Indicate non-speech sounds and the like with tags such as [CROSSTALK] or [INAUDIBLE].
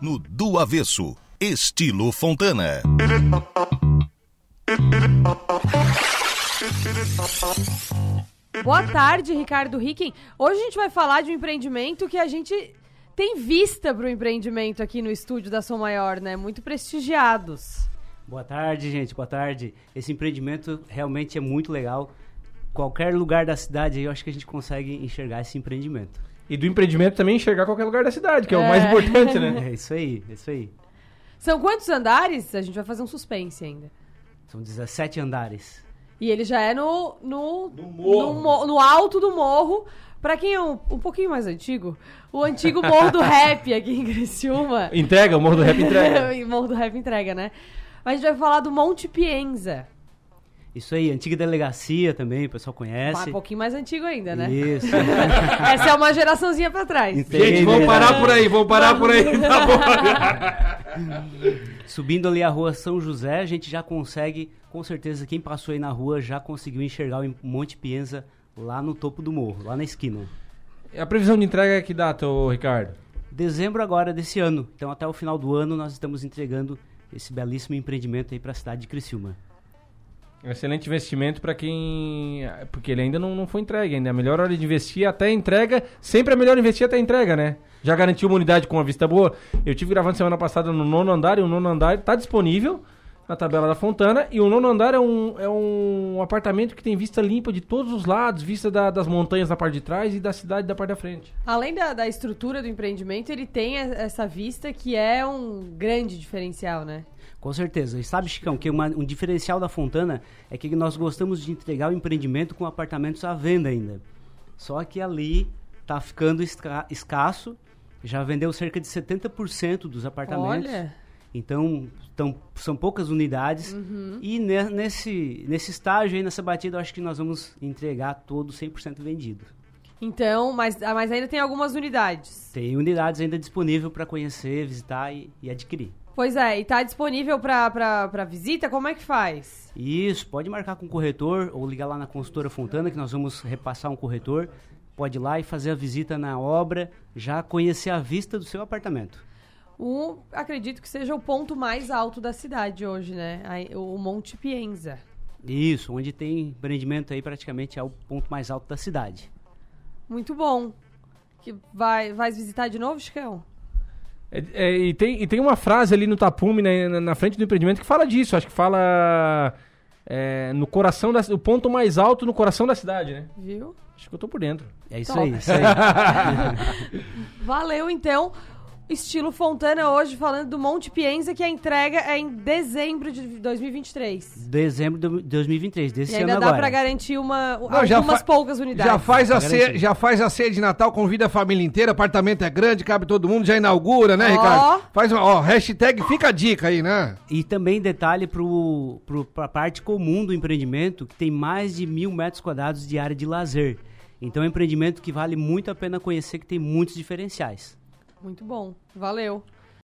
no Do Avesso, estilo Fontana. Boa tarde, Ricardo Ricken. Hoje a gente vai falar de um empreendimento que a gente tem vista para o empreendimento aqui no estúdio da Som Maior, né? Muito prestigiados. Boa tarde, gente. Boa tarde. Esse empreendimento realmente é muito legal. Qualquer lugar da cidade, aí, eu acho que a gente consegue enxergar esse empreendimento. E do empreendimento também enxergar qualquer lugar da cidade, que é, o mais importante, né? [LAUGHS] É isso aí, é isso aí. São quantos andares? A gente vai fazer um suspense ainda. São 17 andares. E ele já é no, no, no, mo- no alto do morro. Pra quem é um, um pouquinho mais antigo, o antigo Morro do Rap aqui em Criciúma. Entrega, o Morro do [LAUGHS] Rap entrega. Morro do Rap entrega, né? Mas a gente vai falar do Monte Pienza. Isso aí, antiga delegacia também, o pessoal Ah, conhece. Um pouquinho mais antigo ainda, né? [LAUGHS] Isso. Essa é uma geraçãozinha pra trás. Gente, vamos parar por aí, vamos parar por aí. Tá bom. Subindo ali a rua São José, a gente já consegue, com certeza, quem passou aí na rua já conseguiu enxergar o Monte Pienza lá no topo do morro, lá na esquina. A previsão de entrega é que data, ô Ricardo? Dezembro agora desse ano, então até o final do ano nós estamos entregando esse belíssimo empreendimento aí para a cidade de Criciúma. Um Excelente investimento pra quem. Porque ele ainda não, não foi entregue ainda. É A melhor hora de investir até a entrega. Sempre é melhor investir até a entrega, né? Já garantiu uma unidade com uma vista boa. Eu tive gravando semana passada no nono andar e o nono andar tá disponível na tabela da Fontana. E o nono andar é um, é um apartamento que tem vista limpa de todos os lados vista da- das montanhas da parte de trás e da cidade da parte da frente. Além da, da estrutura do empreendimento, ele tem e- essa vista que é um grande diferencial, né? Com certeza. E sabe, Chicão, que uma- um diferencial da Fontana é que nós gostamos de entregar o empreendimento com apartamentos à venda ainda. Só que ali tá ficando esca- escasso. Já vendeu cerca de 70% dos apartamentos. Olha. Então, tão- são poucas unidades. E ne- nesse, nesse estágio aí, nessa batida, eu acho que nós vamos entregar todo 100% vendido. Então, mas, ah, mas ainda tem algumas unidades. Tem unidades ainda disponível para conhecer, visitar e- e adquirir. Pois é, e tá disponível pra, pra, pra visita? Como é que faz? Isso, pode marcar com o corretor ou ligar lá na consultora Fontana que nós vamos repassar um corretor. Pode ir lá e fazer a visita na obra, já conhecer a vista do seu apartamento. O, acredito que seja o ponto mais alto da cidade hoje, né? Aí, O Monte Pienza. Isso, onde tem empreendimento aí praticamente é o ponto mais alto da cidade. Muito bom. Que vai, vai visitar de novo, Chicão? É- é, e, tem, e tem uma frase ali no tapume, né, na, na frente do empreendimento, que fala disso. Acho que fala. é, no coração da, o ponto mais alto no coração da cidade, né? Viu? Acho que eu tô por dentro. É isso Top. aí, isso aí. [LAUGHS] Valeu, então. Estilo Fontana hoje falando do Monte Pienza, que a entrega é em dezembro de 2023. Dezembro de 2023, desse E ano ainda dá agora. pra garantir uma, Não, já algumas fa- poucas unidades. Já faz, a Tá ceia, garantido. já faz a ceia de Natal, convida a família inteira, apartamento é grande, cabe todo mundo, já inaugura, né, Ricardo? Faz uma, ó, hashtag fica a dica aí, né? E também detalhe para a parte comum do empreendimento, que tem mais de mil metros quadrados de área de lazer. Então é um empreendimento que vale muito a pena conhecer, que tem muitos diferenciais. Muito bom. Valeu.